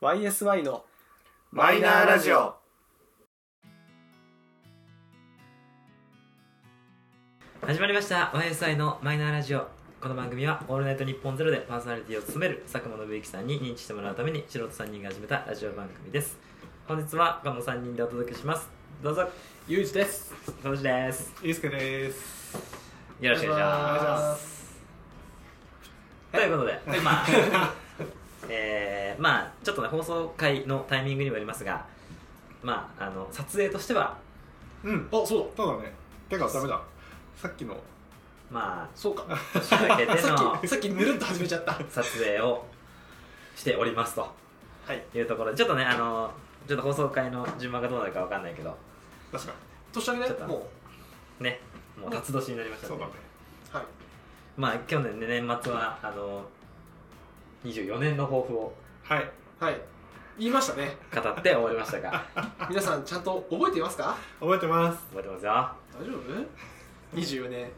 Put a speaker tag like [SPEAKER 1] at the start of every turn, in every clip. [SPEAKER 1] YSY の
[SPEAKER 2] マイナーラジオ。
[SPEAKER 3] 始まりました YSI のマイナーラジオこの番組は「オールナイトニッポンゼロでパーソナリティを務める佐久間信之さんに認知してもらうために素人3人が始めたラジオ番組です本日はこの3人でお届けしますどうぞ
[SPEAKER 1] ゆうじです
[SPEAKER 3] トムシです
[SPEAKER 2] ゆうすけです。
[SPEAKER 3] よろしくお願いしますということで、まあ えーまあちょっとね放送回のタイミングにもよりますがまああの撮影としては
[SPEAKER 2] うん。
[SPEAKER 1] あそう
[SPEAKER 2] そうだね。てか、ダメだ。さっきの。
[SPEAKER 3] ま
[SPEAKER 1] だそうか
[SPEAKER 3] あ年明け て
[SPEAKER 1] さ
[SPEAKER 3] の
[SPEAKER 1] っきさっきぬるっと始めちゃった
[SPEAKER 3] 撮影をしておりますと
[SPEAKER 1] はい
[SPEAKER 3] いうところでちょっとねあのちょっと放送回の順番がどうなるかわかんないけど
[SPEAKER 2] 確か
[SPEAKER 1] 年明け
[SPEAKER 3] ちょっ
[SPEAKER 1] ね
[SPEAKER 3] と
[SPEAKER 1] も
[SPEAKER 3] ねもう辰年になりました
[SPEAKER 2] そう
[SPEAKER 3] ので
[SPEAKER 2] だね。
[SPEAKER 1] うはい
[SPEAKER 3] まあ去年ね年末はあの24年の抱負を
[SPEAKER 2] はい。
[SPEAKER 1] はい言いましたね
[SPEAKER 3] 語って終わりました が
[SPEAKER 1] 皆さんちゃんと覚えていますか
[SPEAKER 2] 覚えてます。
[SPEAKER 3] 覚えてますよ
[SPEAKER 1] 大丈夫24年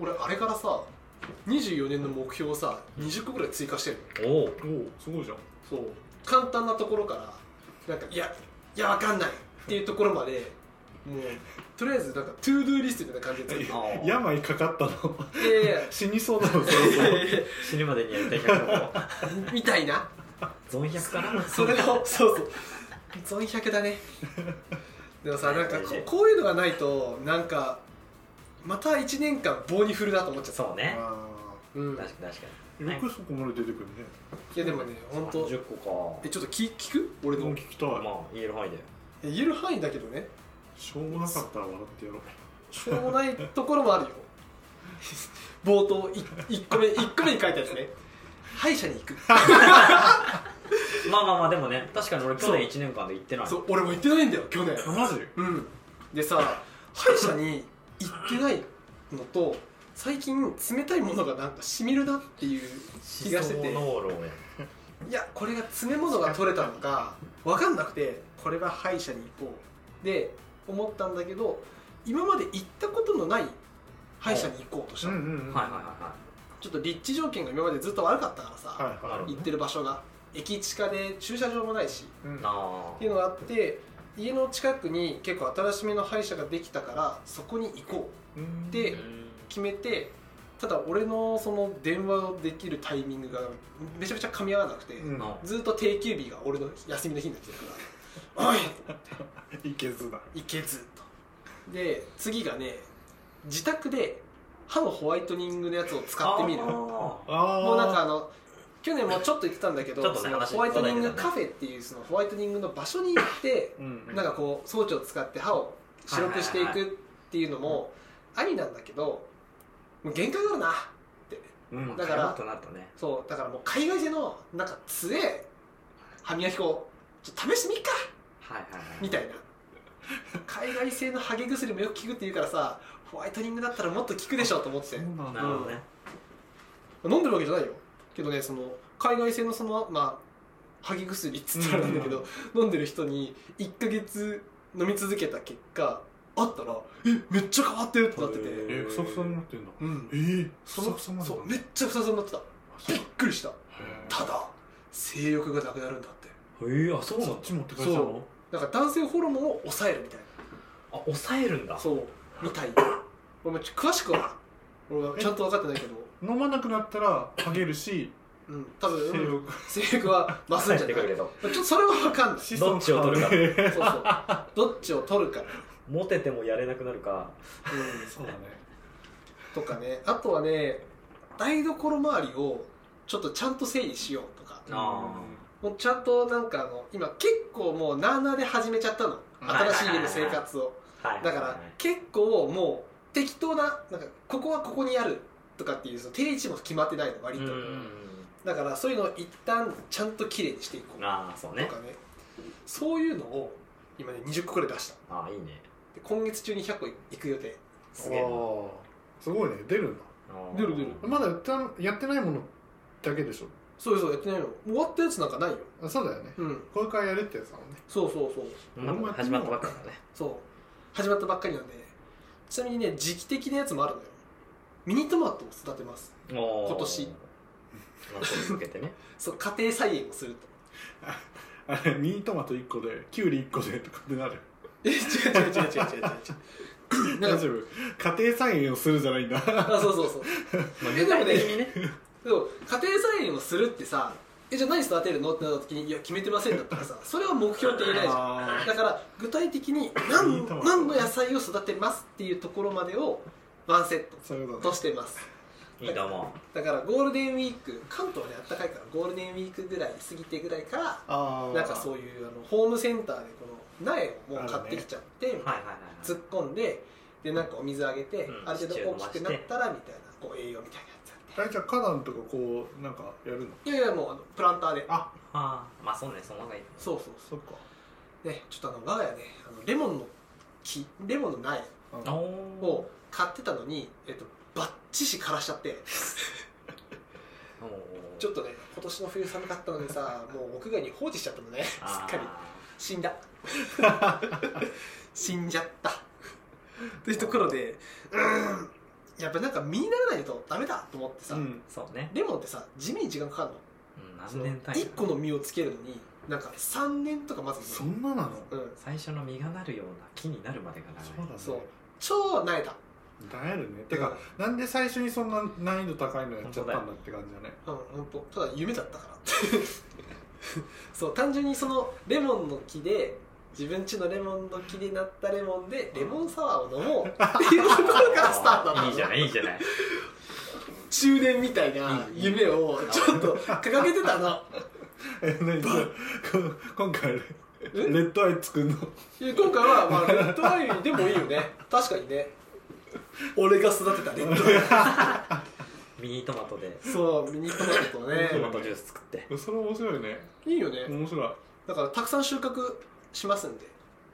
[SPEAKER 1] 俺あれからさ24年の目標をさ20個ぐらい追加してる
[SPEAKER 3] おお
[SPEAKER 2] おお、すごいじゃん。
[SPEAKER 1] そう簡単なところからなんかいやいやわかんないっていうところまでもうとりあえずなんかトゥードゥーリストみたいな感じで作って
[SPEAKER 2] 病かかった の。
[SPEAKER 1] で
[SPEAKER 2] 死にそうだろ、そろそろ。
[SPEAKER 3] 死ぬまでにやりたい100を
[SPEAKER 1] みたいな
[SPEAKER 3] ゾン100かな
[SPEAKER 1] それをそうそうゾン100だねでもさなんかここういうのがないとなんかまた1年間棒に振るなと思っちゃった
[SPEAKER 3] そうね
[SPEAKER 2] あ
[SPEAKER 1] うん
[SPEAKER 3] 確かに確か
[SPEAKER 2] ーよくそこまで出てくるね。
[SPEAKER 1] いやでもね
[SPEAKER 3] に
[SPEAKER 1] 本当
[SPEAKER 3] 10個
[SPEAKER 1] えちょっと聞聞く俺
[SPEAKER 2] 俺も
[SPEAKER 1] の
[SPEAKER 2] 聞きた
[SPEAKER 3] か
[SPEAKER 2] い。
[SPEAKER 3] まあ言える範囲で
[SPEAKER 1] 言える範囲だけどね
[SPEAKER 2] しょうもなかったら笑ってやろう。
[SPEAKER 1] しょうもないところもあるよ 冒頭い一個目一個目に書いたやつね歯医者に行く
[SPEAKER 3] まあまあまあでもね確かに俺去
[SPEAKER 1] そう
[SPEAKER 3] 年1年間で行ってない
[SPEAKER 1] そう俺も行ってないんだよ去年
[SPEAKER 2] あ、マジ
[SPEAKER 1] うんでさ歯医者に行ってないのと最近冷たいものがなんかしみるなっていう気がしてて
[SPEAKER 3] 思想の路や
[SPEAKER 1] いやこれが詰め物が取れたのか分かんなくてこれは歯医者に行こうで思ったんだけど今まで行ったことのない歯医者に行こうとした
[SPEAKER 2] うん
[SPEAKER 1] の、
[SPEAKER 2] うんうん。
[SPEAKER 3] はいはいは
[SPEAKER 1] ちょっと立地条件が今までずっと悪かったからさ、
[SPEAKER 2] はいは
[SPEAKER 1] 行ってる場所が駅近で駐車場もないし
[SPEAKER 2] い。う
[SPEAKER 3] い
[SPEAKER 2] ん。
[SPEAKER 3] は
[SPEAKER 1] っ
[SPEAKER 3] い
[SPEAKER 1] ていうのがあって家の近くに結構新しめの歯医者ができたからそこに行こう
[SPEAKER 2] うん
[SPEAKER 1] で
[SPEAKER 3] な
[SPEAKER 1] 決めてただ俺のその電話をできるタイミングがめちゃめちゃ噛み合わなくて、
[SPEAKER 2] うん
[SPEAKER 3] あ
[SPEAKER 1] ずっと定休日が俺の休みの日になってるから「おい
[SPEAKER 2] いけずだ。
[SPEAKER 1] 行けず」とで次がね自宅で歯のホワイトニングのやつを使ってみる
[SPEAKER 3] あー
[SPEAKER 2] ああ。
[SPEAKER 1] もうなんかあの去年もちょっと言ってたんだけど、
[SPEAKER 3] ちょっとね
[SPEAKER 1] その
[SPEAKER 3] 話
[SPEAKER 1] ホワイトニングカフェっていうそのホワイトニングの場所に行って、
[SPEAKER 2] うん。
[SPEAKER 1] なんかこう装置を使って歯を白くしていくっていうのもありなんだけどもう限界だろうな
[SPEAKER 2] うん。
[SPEAKER 1] だから
[SPEAKER 3] ちょっとなったね
[SPEAKER 1] そうだからもう海外製のなんか強え歯磨き粉をちょっと試してみっか
[SPEAKER 3] はいはいはい
[SPEAKER 1] みたい な海外製のハゲ薬もよく効くって言うからさホワイトニングだったらもっと効くでしょと思ってて
[SPEAKER 2] そうなん
[SPEAKER 3] な
[SPEAKER 2] だ
[SPEAKER 3] る。ほどね
[SPEAKER 1] 飲んでるわけじゃないよけどねその海外製のそのまあハゲ薬っつったらなんだけど、飲んでる人に1ヶ月飲み続けた結果あったらえめっちゃ変わってるってなってて、
[SPEAKER 3] へ
[SPEAKER 2] え、ふさふさになってんだ。
[SPEAKER 1] うん
[SPEAKER 2] えー、
[SPEAKER 1] そ
[SPEAKER 2] ふさ
[SPEAKER 1] の
[SPEAKER 2] ふさまで
[SPEAKER 1] そ
[SPEAKER 2] な
[SPEAKER 1] うん
[SPEAKER 2] だ
[SPEAKER 1] めっちゃふさふさになってたびっくりした
[SPEAKER 2] へー
[SPEAKER 1] ただ性欲がなくなるんだって
[SPEAKER 3] へえあそうな
[SPEAKER 2] そ
[SPEAKER 3] の
[SPEAKER 2] っち持って帰ったの
[SPEAKER 1] なんか男性ホルモンを抑えるみたい
[SPEAKER 3] あ抑えるんだ
[SPEAKER 1] なそうみたいな俺もちょ詳しくは俺はちゃんと分かってないけど
[SPEAKER 2] 飲まなくなったらハゲるし
[SPEAKER 1] うん多
[SPEAKER 2] 性
[SPEAKER 1] 分
[SPEAKER 2] 欲
[SPEAKER 1] 性欲は増すんじゃない
[SPEAKER 3] 抑えてく
[SPEAKER 1] ち
[SPEAKER 3] れと
[SPEAKER 1] ょっとそれは分かんない
[SPEAKER 2] 子
[SPEAKER 3] どっちを取るか
[SPEAKER 2] 孫
[SPEAKER 1] そうそうどっちを取るか、
[SPEAKER 3] モテてもやれなくなるか
[SPEAKER 1] うん、
[SPEAKER 2] そうだね
[SPEAKER 1] とかねあとはね台所周りをちょっとちゃんと整理しようとか
[SPEAKER 3] あ
[SPEAKER 1] もうちゃんとなんかあの今結構もうなあなあで始めちゃったの新しい家の生活を
[SPEAKER 3] はい
[SPEAKER 1] だから結構もう適当ななんかここはここにあるとかっていうその定位置も決まってないの割
[SPEAKER 3] う
[SPEAKER 1] と、
[SPEAKER 3] ん
[SPEAKER 1] だからそういうのを一旦ちゃんときれいにしていこうと
[SPEAKER 3] ああそうね
[SPEAKER 1] かねそういうのを今ね20個くらい出した
[SPEAKER 3] ああいいね
[SPEAKER 1] で今月中に100個いく予定
[SPEAKER 3] すげえな
[SPEAKER 2] おーすごいね出るんだ
[SPEAKER 3] あー
[SPEAKER 1] 出る出る
[SPEAKER 2] まだやってなやってないものだけでしょ
[SPEAKER 1] そうそうやってないのもう終わったやつなんかないよ
[SPEAKER 2] あそうだよね
[SPEAKER 1] うん
[SPEAKER 2] これからやるってやつだもんね
[SPEAKER 1] そうそうそう
[SPEAKER 3] まだ始まったばっかだね
[SPEAKER 1] そう始まったばっかりなんでちなみにね時期的なやつもあるのよミニトマトを育てます
[SPEAKER 3] おー
[SPEAKER 1] 今年
[SPEAKER 3] まあこれに向けてね
[SPEAKER 1] そう家庭菜園をする
[SPEAKER 2] あれ ミニトマト1個でキュウリ1個でとかってな る
[SPEAKER 1] え違う違う違う違う違う違うなんか
[SPEAKER 2] 大丈夫家庭菜園をするじゃない んだ
[SPEAKER 1] あそうそうそう
[SPEAKER 3] まあ、
[SPEAKER 1] えで
[SPEAKER 3] 具
[SPEAKER 1] も
[SPEAKER 3] 体
[SPEAKER 1] ね
[SPEAKER 3] 的にね
[SPEAKER 1] そう家庭菜園をするってさえじゃあ何育てるのってなった時にいや決めてませんだったらさそれは目標って言えないじゃん
[SPEAKER 2] あ
[SPEAKER 1] だから具体的に何
[SPEAKER 2] いいと思う
[SPEAKER 1] 何の野菜を育てますっていうところまでをワンセッ
[SPEAKER 2] ーそういうことと
[SPEAKER 1] と
[SPEAKER 2] ね
[SPEAKER 1] してます
[SPEAKER 3] いいと思
[SPEAKER 1] だからゴールデンウィーク関東はねあったかいからゴールデンウィークぐらい過ぎてぐらいか
[SPEAKER 2] あ
[SPEAKER 1] ら
[SPEAKER 2] あ
[SPEAKER 1] なんかそういうあのホームセンターでこの苗をもう買ってきちゃって、
[SPEAKER 3] うはいはいはいはい
[SPEAKER 1] 突っ込んででなんかお水あげて、
[SPEAKER 3] うん
[SPEAKER 1] ある程度大きくなったらみたいなこう栄養みたいなやつやって
[SPEAKER 2] 大ちゃん花壇とかこうなんかやるの
[SPEAKER 1] いやいやもうあのプランターで
[SPEAKER 2] あ
[SPEAKER 3] ああまあそうねその方がいい
[SPEAKER 1] そうそう
[SPEAKER 2] そっか
[SPEAKER 1] そうねちょっとあの我が家ねあのレモンの木レモンの苗
[SPEAKER 2] あの
[SPEAKER 1] を買ってたのに、えっと、バッチシ枯らしちゃってちょ
[SPEAKER 3] っ
[SPEAKER 1] っとね今年の冬寒かったのでさもう屋外に放置しちゃったのねすっかり死 んだ死んじゃったというところでうーんやっぱなんか身にならないとダメだと思ってさ、
[SPEAKER 2] うん
[SPEAKER 3] そうね
[SPEAKER 1] レモンってさ地味に時間かかるの
[SPEAKER 3] うん
[SPEAKER 1] その
[SPEAKER 3] 何年単位
[SPEAKER 1] 1個の実をつけるのになんか3年とかまず
[SPEAKER 2] そんななの
[SPEAKER 1] うん
[SPEAKER 3] 最初の実がなるような木になるまでが長い
[SPEAKER 2] そうだね
[SPEAKER 1] そう超苗だ
[SPEAKER 2] だるねてかなんで最初にそんな難易度高いのやっちゃったんだって感じだね
[SPEAKER 1] うん本当ただ夢だったから そう単純にそのレモンの木で自分家のレモンの木になったレモンでレモンサワーを飲もうっていうところからスタートだった
[SPEAKER 3] あ
[SPEAKER 1] の
[SPEAKER 3] いいじゃないいいじゃない
[SPEAKER 1] 中年みたいな夢をちょっと掲げてたの
[SPEAKER 2] え何それこ今回レ
[SPEAKER 1] え
[SPEAKER 2] ッドアイ作るの
[SPEAKER 1] いや今回は、まあ、レッドアイでもいいよね確かにね俺が育てたレッドアイ
[SPEAKER 3] ミニトマトで
[SPEAKER 1] そうミニトマトとね
[SPEAKER 3] トマトジュース作って
[SPEAKER 2] それ面白いね
[SPEAKER 1] いいよね
[SPEAKER 2] 面白い
[SPEAKER 1] だからたくさん収穫しますんで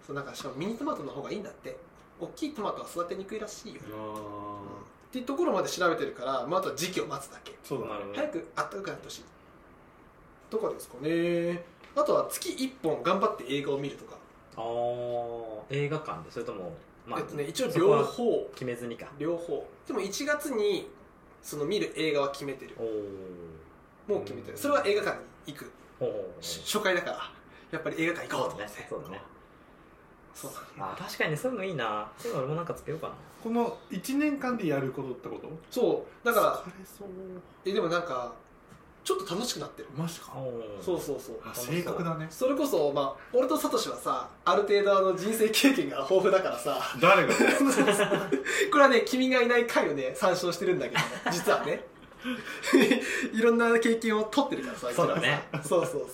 [SPEAKER 1] そうなんかしかもミニトマトの方がいいんだって大きいトマトは育てにくいらしいよ、っていうところまで調べてるから、まあ、あとは時期を待つだけ
[SPEAKER 2] そうだ
[SPEAKER 3] な
[SPEAKER 2] ね
[SPEAKER 3] るほど
[SPEAKER 1] 早くあったかくなってほしいとかですかねあとは月1本頑張って映画を見るとか、
[SPEAKER 3] ああ映画館でそれともまあ
[SPEAKER 1] えっとね、一応
[SPEAKER 3] そこは
[SPEAKER 1] 両方
[SPEAKER 3] 決めずにか
[SPEAKER 1] 両方でも1月にその見る映画は決めてる
[SPEAKER 3] おお
[SPEAKER 1] もう決めてるそれは映画館に行く
[SPEAKER 3] おお
[SPEAKER 1] し初回だからやっぱり映画館行こうと
[SPEAKER 3] そ
[SPEAKER 1] 思
[SPEAKER 3] う
[SPEAKER 1] っ
[SPEAKER 3] だね
[SPEAKER 1] て
[SPEAKER 3] そうだね
[SPEAKER 1] そう
[SPEAKER 3] あー確かにそういうのいいなそういうの俺もなんかつけようかな
[SPEAKER 2] この1年間でやることってこと
[SPEAKER 1] そうだから
[SPEAKER 2] 疲れそう
[SPEAKER 1] えでもなんかちょっと楽しくなってる
[SPEAKER 2] マジか
[SPEAKER 3] おー
[SPEAKER 1] そうそうそう
[SPEAKER 2] あ性格だね
[SPEAKER 1] それこそまあ俺とサトシはさある程度あの人生経験が豊富だからさ
[SPEAKER 2] 誰が
[SPEAKER 1] これはね君がいない回をね参照してるんだけど 実はね いろんな経験を取ってるからさ
[SPEAKER 3] そうだね
[SPEAKER 1] あいつらさそうそうそう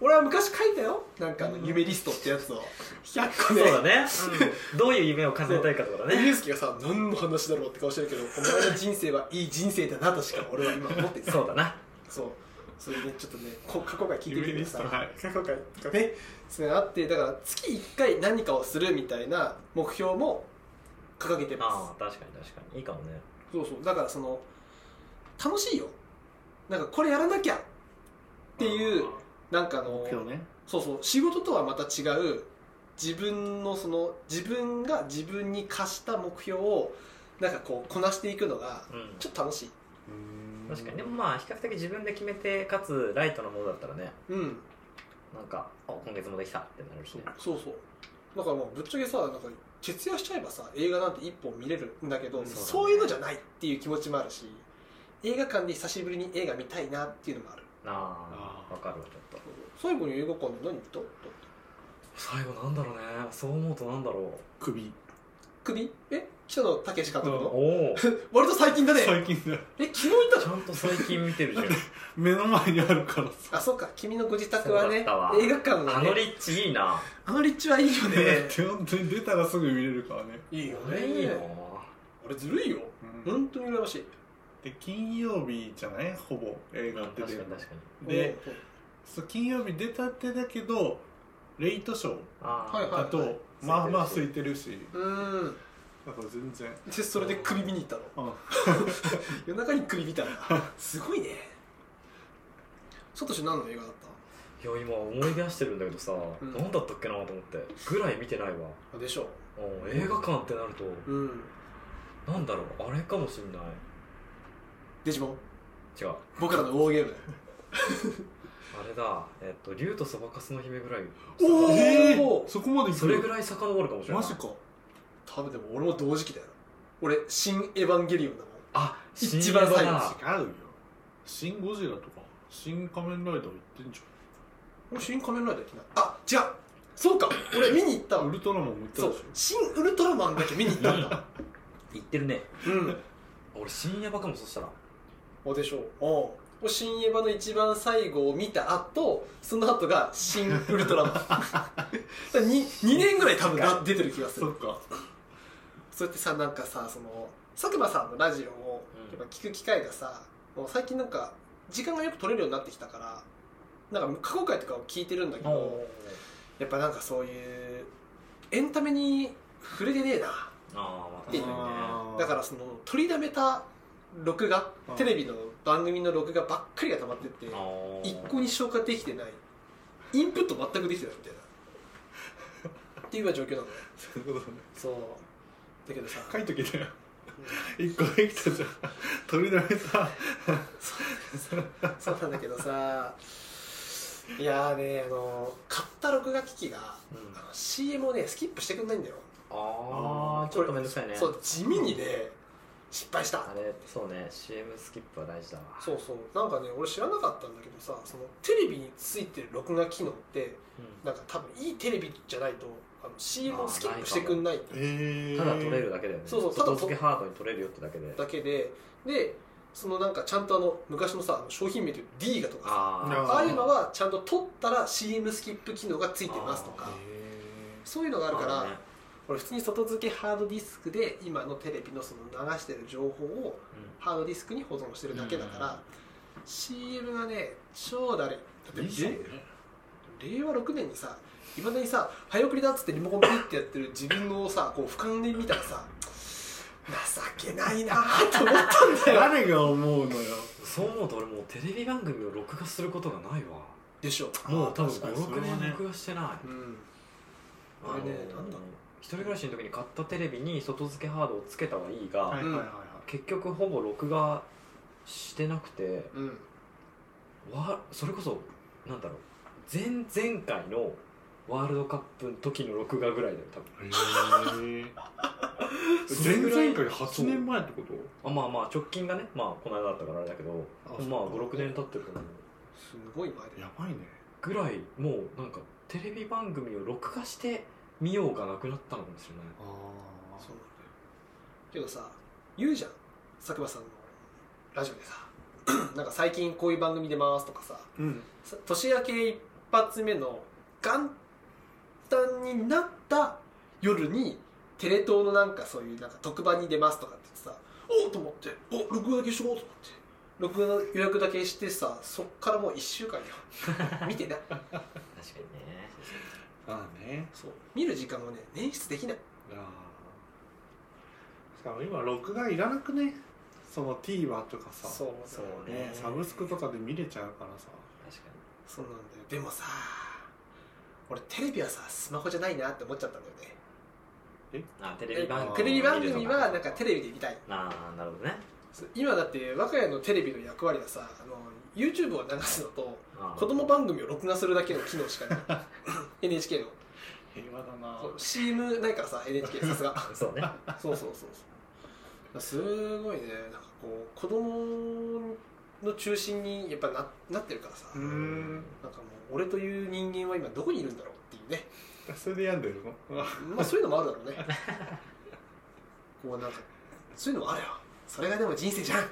[SPEAKER 1] 俺は昔書いたよなんかあの夢リストってやつを100個
[SPEAKER 3] そう
[SPEAKER 1] ね
[SPEAKER 3] だね、うんどういう夢を叶えたいかとかだ
[SPEAKER 1] ユ
[SPEAKER 3] ね
[SPEAKER 1] ースケがさ何の話だろうって顔してるけどお前の人生はいい人生だなとしか俺は今思ってる
[SPEAKER 3] そうだな
[SPEAKER 1] そうそれでちょっとねこ過去回聞いてみてください
[SPEAKER 2] 夢リ
[SPEAKER 1] 過去回とかねそういうのあってだから月1回何かをするみたいな目標も掲げてま
[SPEAKER 3] ああ確かに確かにいいかもね
[SPEAKER 1] すそうそうだからその楽しいよなんかこれやらなきゃっていうなんかあの
[SPEAKER 2] ね
[SPEAKER 1] そうそう仕事とはまた違う自分のその自分が自分に課した目標をなんかこうこなしていくのが
[SPEAKER 3] うん
[SPEAKER 1] ちょっと楽しい
[SPEAKER 3] 確かにでもまあ比較的自分で決めてかつライトなものだったらね
[SPEAKER 1] うん
[SPEAKER 3] なんかあ今月もできたってなるしね
[SPEAKER 1] そうそうだからもうぶっちゃけさなんか徹夜しちゃえばさ映画なんて一本見れるんだけど
[SPEAKER 3] そうだね
[SPEAKER 1] そういうのじゃないっていう気持ちもあるし映画館で久しぶりに映画見たいなっていうのもある
[SPEAKER 3] なあ
[SPEAKER 2] あー
[SPEAKER 3] わかるわちょっと
[SPEAKER 1] 最後に映画館で何見た
[SPEAKER 3] 最後なんだろうねそう思うとなんだろう
[SPEAKER 2] 首
[SPEAKER 1] 首え北野武監督の
[SPEAKER 3] お お
[SPEAKER 1] 割と最近だね
[SPEAKER 2] 最近だ
[SPEAKER 1] え昨日行ったじ
[SPEAKER 3] ちゃんと最近見てるじゃん
[SPEAKER 2] 目の前にあるからさ
[SPEAKER 1] ゃんあそうか君のご自宅はね
[SPEAKER 3] そうだったわ
[SPEAKER 1] 映画館は
[SPEAKER 3] あ
[SPEAKER 1] ね
[SPEAKER 3] のリッチいいな
[SPEAKER 1] あの立地はいいよ
[SPEAKER 2] だ
[SPEAKER 1] ね
[SPEAKER 2] って本当に出たらすぐ見れるからね
[SPEAKER 1] いいよ
[SPEAKER 3] あれいいな
[SPEAKER 1] あれずるいよ
[SPEAKER 2] うん
[SPEAKER 1] 本当に羨ましい
[SPEAKER 2] で金曜日じゃないほぼ映画って
[SPEAKER 3] 確
[SPEAKER 2] 出
[SPEAKER 3] かに
[SPEAKER 2] る
[SPEAKER 3] 確か
[SPEAKER 2] の
[SPEAKER 3] に
[SPEAKER 2] で
[SPEAKER 1] うん
[SPEAKER 2] そう金曜日出たってだけどレイトショー
[SPEAKER 3] あ
[SPEAKER 1] はい
[SPEAKER 2] だと、
[SPEAKER 1] はいはい
[SPEAKER 2] まあまあ空いてるし
[SPEAKER 1] うん
[SPEAKER 2] だから全然
[SPEAKER 1] でそれで首見に行ったの
[SPEAKER 2] うん
[SPEAKER 1] 夜中に首見 たなすごいねサトシ何の映画だっ
[SPEAKER 3] いや今思い出してるんだけどさ、
[SPEAKER 1] ん
[SPEAKER 3] 何だったっけなと思ってぐらい見てないわ
[SPEAKER 1] たでしょ
[SPEAKER 3] うん映画館ってなると
[SPEAKER 1] ううん
[SPEAKER 3] なんだろうあれかもしんない
[SPEAKER 1] デジモン
[SPEAKER 3] 違う
[SPEAKER 1] 僕らのウォーゲーム
[SPEAKER 3] あれだえっと竜とそばかすの姫ぐらい
[SPEAKER 1] おー
[SPEAKER 2] えーそこまで行く
[SPEAKER 3] それぐらい遡るかもしれな
[SPEAKER 2] マ
[SPEAKER 3] い
[SPEAKER 2] ジか
[SPEAKER 1] 多分でも俺も同時期だよな俺「新エヴァンゲリオン」だもん
[SPEAKER 3] あ
[SPEAKER 1] 一番最後
[SPEAKER 3] 新エヴァ
[SPEAKER 2] 違
[SPEAKER 3] だ
[SPEAKER 2] うよシン・ゴジラとかシン・仮面ライダー行ってんじ
[SPEAKER 1] 俺「新仮面ライダー」行ってないあ違うそうか俺見に行った
[SPEAKER 2] ゃん
[SPEAKER 1] わ
[SPEAKER 2] ウルトラマンも行ったでし
[SPEAKER 1] そ
[SPEAKER 2] ょ
[SPEAKER 1] う「新ウルトラマン」だけ見に行ったん だ
[SPEAKER 3] 言ってるね
[SPEAKER 1] うん
[SPEAKER 3] 俺深夜バかもそしたら
[SPEAKER 1] おでしょうお新エヴァの一番最後を見た後その後が「新ウルト ラマン」2, 年ぐらい多分な出てる気がす
[SPEAKER 2] そ
[SPEAKER 1] る
[SPEAKER 2] っか
[SPEAKER 1] そうやってさなんかさその佐久間さんのラジオを
[SPEAKER 3] うん
[SPEAKER 1] やっぱ聞く機会がさ、もう最近なんか時間がよく取れるようになってきたからなんか過去回とかを聞いてるんだけどやっぱなんかそういうエンタメに触れてねえな
[SPEAKER 3] ああまあ
[SPEAKER 1] いい
[SPEAKER 3] 確か
[SPEAKER 1] だかららその取りだめた録画
[SPEAKER 2] うん
[SPEAKER 1] テレビの番組の録画ばっかりが溜まってって
[SPEAKER 3] にねあ
[SPEAKER 1] 一向に消化できてないインプット全くできてないみたいなっていうような状況なのね
[SPEAKER 2] そういうことね
[SPEAKER 1] そうだけどさ
[SPEAKER 2] 書いとけだよ一個できたじゃん取りだめさ
[SPEAKER 1] そうなんだけどさいやーねあの買った録画機器があ
[SPEAKER 3] うん
[SPEAKER 1] の CM をねスキップしてくんないんだよ、
[SPEAKER 3] あーちょっとめんどくさいね
[SPEAKER 1] そう地味にね失敗した
[SPEAKER 3] あれそうね CM スキップは大事だわ
[SPEAKER 1] そうそうなんかね俺知らなかったんだけどさそのテレビについてる録画機能って
[SPEAKER 3] うん
[SPEAKER 1] なんか多分いいテレビじゃないとあの CM をスキップしてくんないって
[SPEAKER 2] え
[SPEAKER 3] ただ取れるだけだよね
[SPEAKER 1] そうそうただ
[SPEAKER 3] 外付けハードに取れるよってだけで
[SPEAKER 1] だけででそのなんかちゃんとあの昔のさあの商品名でいう D がとかさ
[SPEAKER 3] あ
[SPEAKER 1] あ
[SPEAKER 3] ー
[SPEAKER 1] あいうのはちゃんと取ったら CM スキップ機能がついてますとかそういうのがあるから、
[SPEAKER 3] まあね
[SPEAKER 1] 俺普通に外付けハードディスクで今のテレビのその流してる情報をハードディスクに保存してるだけだから、CM がね超だれだって
[SPEAKER 2] いいじゃんね
[SPEAKER 1] 令和6年にさいまだにさ早送りだっつってリモコンピッてやってる自分のをさこう俯瞰で見たらさ情けないなと思ったんだよ
[SPEAKER 2] 誰が思うのよ
[SPEAKER 3] そう思うと俺もうテレビ番組を録画することがないわ
[SPEAKER 1] でしょ
[SPEAKER 3] もう多
[SPEAKER 2] 確
[SPEAKER 3] 分
[SPEAKER 2] かにそれは
[SPEAKER 3] 56
[SPEAKER 2] ね
[SPEAKER 3] 年録画してない
[SPEAKER 1] うん
[SPEAKER 3] あの
[SPEAKER 1] 俺ねなんだろう
[SPEAKER 3] 一人暮らしの時に買ったテレビに外付けハードを付けたはいいが、
[SPEAKER 2] はいはいはいはい
[SPEAKER 3] 結局ほぼ録画してなくて
[SPEAKER 1] うん
[SPEAKER 3] わそれこそなんだろう前前回のワールドカップの時の録画ぐらいだよ多分
[SPEAKER 2] へえ前々回8年前ってこと
[SPEAKER 3] あまあまあ直近がねまあこの間だったからあれだけど
[SPEAKER 2] あ
[SPEAKER 3] まあ
[SPEAKER 2] そう
[SPEAKER 3] 56年経ってると思う
[SPEAKER 1] すごい前で
[SPEAKER 2] やばいね
[SPEAKER 3] ぐらいもうなんかテレビ番組を録画して見ようがなくなったのかもしれない
[SPEAKER 2] ああ
[SPEAKER 1] そうなんだよけどさ言うじゃん佐久間さんのラジオでさ なんか最近こういう番組出ますとかさ
[SPEAKER 2] うん
[SPEAKER 1] さ年明け一発目の元旦になった夜にテレ東のなんかそういうなんか特番に出ますとかって言ってさおっと思ってお録画だけしようと思って録画の予約だけしてさそっからもう1週 間よ見てない
[SPEAKER 3] 確かにね
[SPEAKER 2] ああね
[SPEAKER 1] そう見る時間はね捻出できない
[SPEAKER 2] あーしかも今録画いらなくねその TVer とかさ
[SPEAKER 1] そう
[SPEAKER 3] そう
[SPEAKER 2] ね
[SPEAKER 3] ね
[SPEAKER 2] サブスクとかで見れちゃうからさ
[SPEAKER 3] 確かに
[SPEAKER 1] そうなんだよでもさ俺テレビはさスマホじゃないなって思っちゃったんだよね
[SPEAKER 3] あテレビ番組
[SPEAKER 1] テレビ番組はなん
[SPEAKER 3] か
[SPEAKER 1] かテレビで見たい
[SPEAKER 3] ああなるほどね
[SPEAKER 1] そう今だって若谷のテレビの役割はさあの YouTube を流すのと
[SPEAKER 3] あー
[SPEAKER 1] 子供番組を録画するだけの機能しかない NHK の
[SPEAKER 2] 平和だな
[SPEAKER 1] そう CM ないからさ NHK さすが
[SPEAKER 3] そうね
[SPEAKER 1] そうそうそうそうすごいねなんかこう子供の中心にやっぱななってるからさ、
[SPEAKER 2] うーん
[SPEAKER 1] なんかもう俺という人間は今どこにいるんだろうっていうね
[SPEAKER 2] それで病んでるのあ
[SPEAKER 1] まあそういうのもあるだろ うねこうなんかそういうのもあるよそれがでも人生じゃん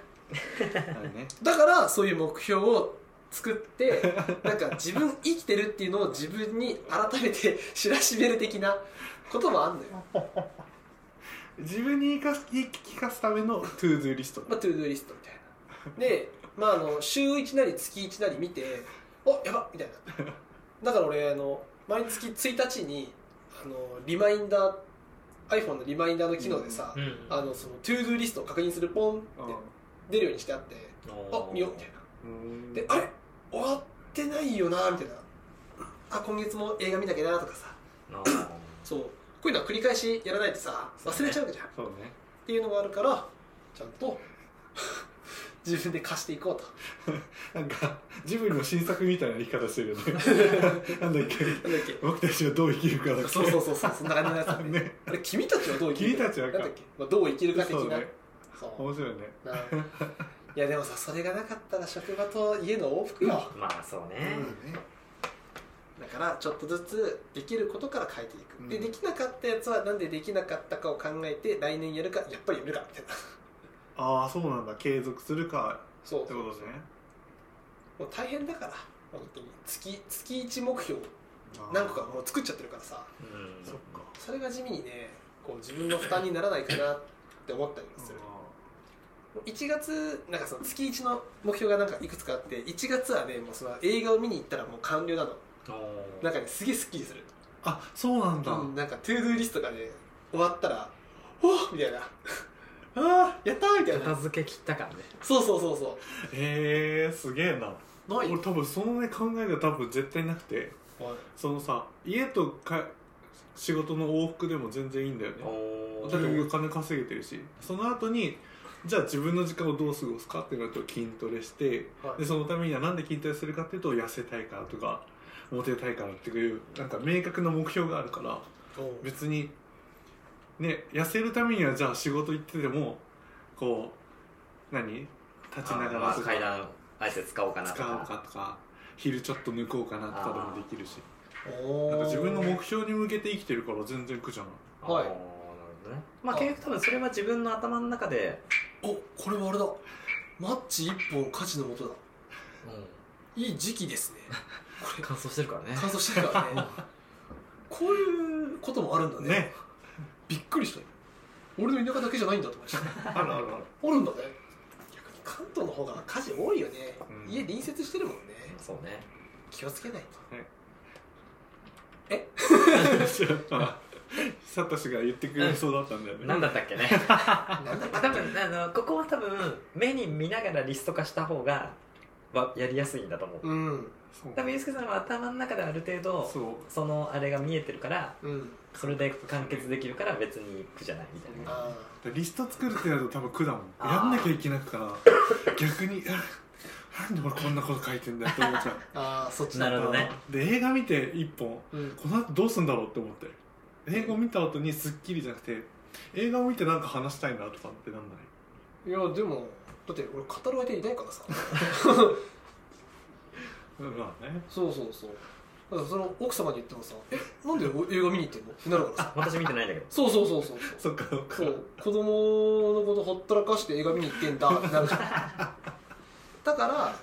[SPEAKER 2] ね
[SPEAKER 1] だからそういう目標を作ってなんか自分生きてるっていうのを自分に改めて知らしめる的なこともあんのよ
[SPEAKER 2] 自分に言いかす言い聞かすためのトゥードゥーリスト
[SPEAKER 1] まあトゥードゥーリストみたいなでまああの週1なり月1なり見ておやばっみたいなだから俺あの毎月1日にあのリマインダー iPhone のリマインダーの機能でさ、
[SPEAKER 3] うん
[SPEAKER 1] あのそのトゥードゥーリストを確認するポンって出るようにしてあってあ見ようみたいな
[SPEAKER 2] うん
[SPEAKER 1] であれ終わってないよなみたいなあ今月も映画見なきゃなとかさ
[SPEAKER 3] あー
[SPEAKER 1] そうこういうのは繰り返しやらないとさ忘れちゃうわけじゃんっ
[SPEAKER 2] そうね
[SPEAKER 1] ていうのがあるからちゃんと 自分で貸していこうと
[SPEAKER 2] なんかジブリの新作みたいな言い方して るよねなんだっけ
[SPEAKER 1] なんだっけ
[SPEAKER 2] 僕たちはどう生きるかだっけ
[SPEAKER 1] そうそうそうそうそんな感じのやつだね
[SPEAKER 2] ね
[SPEAKER 1] あれ君たちはどう生きるか
[SPEAKER 2] 君たちは
[SPEAKER 1] なんだっけ、まあ、どう生きるか的
[SPEAKER 2] そう
[SPEAKER 1] な
[SPEAKER 2] ね
[SPEAKER 1] そう
[SPEAKER 2] 面白いね
[SPEAKER 1] ないやでもさそれがなかったら職場と家の往復よ、
[SPEAKER 3] まあそうね、
[SPEAKER 1] だからちょっとずつできることから変えていく、
[SPEAKER 2] うん
[SPEAKER 1] でできなかったやつはなんでできなかったかを考えて来年やるかやっぱりやるかみたいな
[SPEAKER 2] ああそうなんだ継続するか
[SPEAKER 1] そう
[SPEAKER 2] ってことですね
[SPEAKER 1] もう大変だから本当に月月1目標
[SPEAKER 2] あー
[SPEAKER 1] 何個かもう作っちゃってるからさ
[SPEAKER 3] うん
[SPEAKER 2] そっか
[SPEAKER 1] それが地味にねこう自分の負担にならないかなって思ったりもする1月なんかその月1の目標がなんかいくつかあって1月はねもうその映画を見に行ったらもう完了なの
[SPEAKER 3] おー
[SPEAKER 1] なんかねすげえスッキリする、
[SPEAKER 2] あそうなんだ、
[SPEAKER 1] うんなんかトゥードゥーリストがね終わったら「おっ!」みたいな 「あーやった!」みたい
[SPEAKER 3] 片
[SPEAKER 1] な
[SPEAKER 3] 付け切ったからね
[SPEAKER 1] そうそうそうそ
[SPEAKER 2] へえすげえな
[SPEAKER 1] うない
[SPEAKER 2] 俺多分そのね考えが多分絶対なくてそのさ家とか仕事の往復でも全然いいんだよね
[SPEAKER 3] お
[SPEAKER 2] だって僕金稼げてるしその後にじゃあ自分の時間をどう過ごすかってなると筋トレして
[SPEAKER 1] はい
[SPEAKER 2] でそのためにはなんで筋トレするかっていうと痩せたいからとかモテたいからっていうなんか明確な目標があるから
[SPEAKER 1] おう
[SPEAKER 2] 別にね痩せるためにはじゃあ仕事行ってでもこう何立ちながら
[SPEAKER 3] あ
[SPEAKER 2] と
[SPEAKER 3] ー
[SPEAKER 2] か
[SPEAKER 3] 階段あえて使おうかな
[SPEAKER 2] 使
[SPEAKER 3] と
[SPEAKER 2] おうかとか昼ちょっと抜こうかなとかでもできるし
[SPEAKER 1] お
[SPEAKER 2] なんか自分の目
[SPEAKER 1] 標
[SPEAKER 2] 標に向けて生きてるから全然苦じゃない
[SPEAKER 1] はい
[SPEAKER 3] あーなるほどねまあ結局多分それは自分の頭の中で、
[SPEAKER 1] おこれはあれだマッチ1本火事のもとだいい時期ですねこれ
[SPEAKER 3] 乾燥してるからね
[SPEAKER 1] 乾燥してるから ねこういうこともあるんだね
[SPEAKER 2] ね
[SPEAKER 1] びっくりしたよ俺の田舎だけじゃないんだと思いました
[SPEAKER 2] あるあるある
[SPEAKER 1] おるんだね逆に関東の方が火事多いよね、
[SPEAKER 2] うん
[SPEAKER 1] 家隣接してるもんね
[SPEAKER 3] そうね
[SPEAKER 1] 気をつけないと
[SPEAKER 2] サトシが言ってくれそうだったんだよね。
[SPEAKER 3] 何だったっけね
[SPEAKER 1] なんだ
[SPEAKER 3] ま あ多分あのここは多分目に見ながらリスト化した方がわやりやすいんだと思う、
[SPEAKER 1] うん
[SPEAKER 2] そう
[SPEAKER 3] 多分ユースケさんは頭の中である程度そ
[SPEAKER 2] そう
[SPEAKER 3] のあれが見えてるから
[SPEAKER 1] うん
[SPEAKER 3] それで完結できるから別に苦じゃないみたいな
[SPEAKER 1] あ
[SPEAKER 2] だからリスト作るってなると多分苦だもん
[SPEAKER 3] あー
[SPEAKER 2] やんなきゃいけないから逆にあなんで俺こんなこと書いてんだよって思っちゃう
[SPEAKER 1] ーあーそっち
[SPEAKER 3] なるほどね
[SPEAKER 2] で映画見て一本
[SPEAKER 1] うん
[SPEAKER 2] この後どうすんだろうって思って映画見た後に『スッキリ』じゃなくて映画を見てなんか話したいなとかってなんない
[SPEAKER 1] いやでもだって俺語る相手いないからさ
[SPEAKER 2] まあね
[SPEAKER 1] そうそうそうだからその奥様に言ってもさ「えなんで映画見に行ってんの?」ってなるからさ
[SPEAKER 3] 私見てないんだけど
[SPEAKER 1] そうそうそうそうそう
[SPEAKER 2] そっかそっか
[SPEAKER 1] そう子供のことほったらかして映画見に行ってんだってなるじゃんだから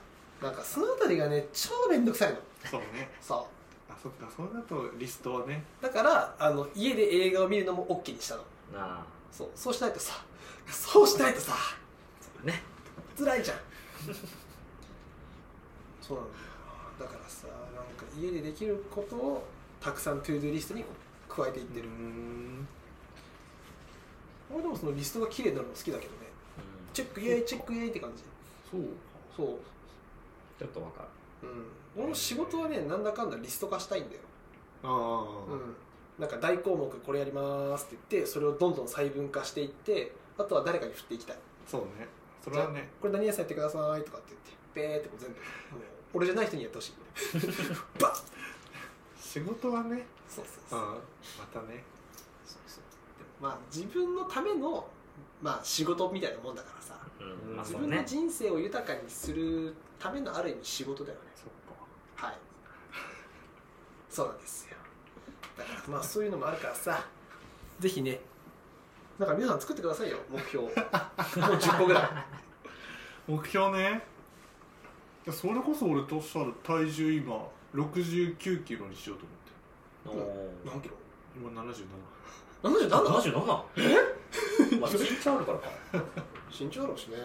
[SPEAKER 1] なんかそのあたりがね超めんどくさいの
[SPEAKER 2] そうね
[SPEAKER 1] さ
[SPEAKER 2] あそっかそうだとリストはね
[SPEAKER 1] だからあの家で映画を見るのも OK にしたの
[SPEAKER 3] なあ
[SPEAKER 1] そうそうしないとさそうしないとさ
[SPEAKER 3] そうね
[SPEAKER 1] 辛いじゃんそうなんだよだからさなんか家でできることをたくさんトゥードゥーリストに加えていって
[SPEAKER 2] うー
[SPEAKER 1] る、
[SPEAKER 2] ん
[SPEAKER 1] 俺でもそのリストが綺麗になるの好きだけどね
[SPEAKER 3] うん
[SPEAKER 1] チェックイエイチェックイエイって感じ
[SPEAKER 2] そう
[SPEAKER 1] そう
[SPEAKER 3] ちょっとわかる
[SPEAKER 1] うん、俺も仕事はねなんだかんだリスト化したいんだよ、
[SPEAKER 2] ああ、
[SPEAKER 1] うん、なんか大項目これやりますって言ってそれをどんどん細分化していってあとは誰かに振っていきたい
[SPEAKER 2] そうねそれはね
[SPEAKER 1] これ何屋さんやってくださいとかって言ってペーってこう全部もう俺じゃない人にやってほし いバッ
[SPEAKER 2] 仕事はね
[SPEAKER 1] そうそう
[SPEAKER 2] う
[SPEAKER 1] そ
[SPEAKER 2] ん
[SPEAKER 1] う
[SPEAKER 2] またね
[SPEAKER 1] そうそうでもまあ自分のためのまあ仕事みたいなもんだからさ
[SPEAKER 3] うんまあ
[SPEAKER 1] 自
[SPEAKER 3] そう
[SPEAKER 1] 分の
[SPEAKER 3] ね
[SPEAKER 1] 人生を豊かにするためのある意味仕事だよね
[SPEAKER 2] そっか
[SPEAKER 1] はいそうなんですよだからまあそういうのもあるからさぜひねなんか皆さん作ってくださいよ目 標もう10個ぐらい
[SPEAKER 2] 目標ねいやそれこそ俺としたら体重今69キロにしようと思って
[SPEAKER 3] お
[SPEAKER 1] 何キロ
[SPEAKER 2] 今77
[SPEAKER 1] 77
[SPEAKER 3] 77? えまあ身長あるからか
[SPEAKER 1] 身長だろうしね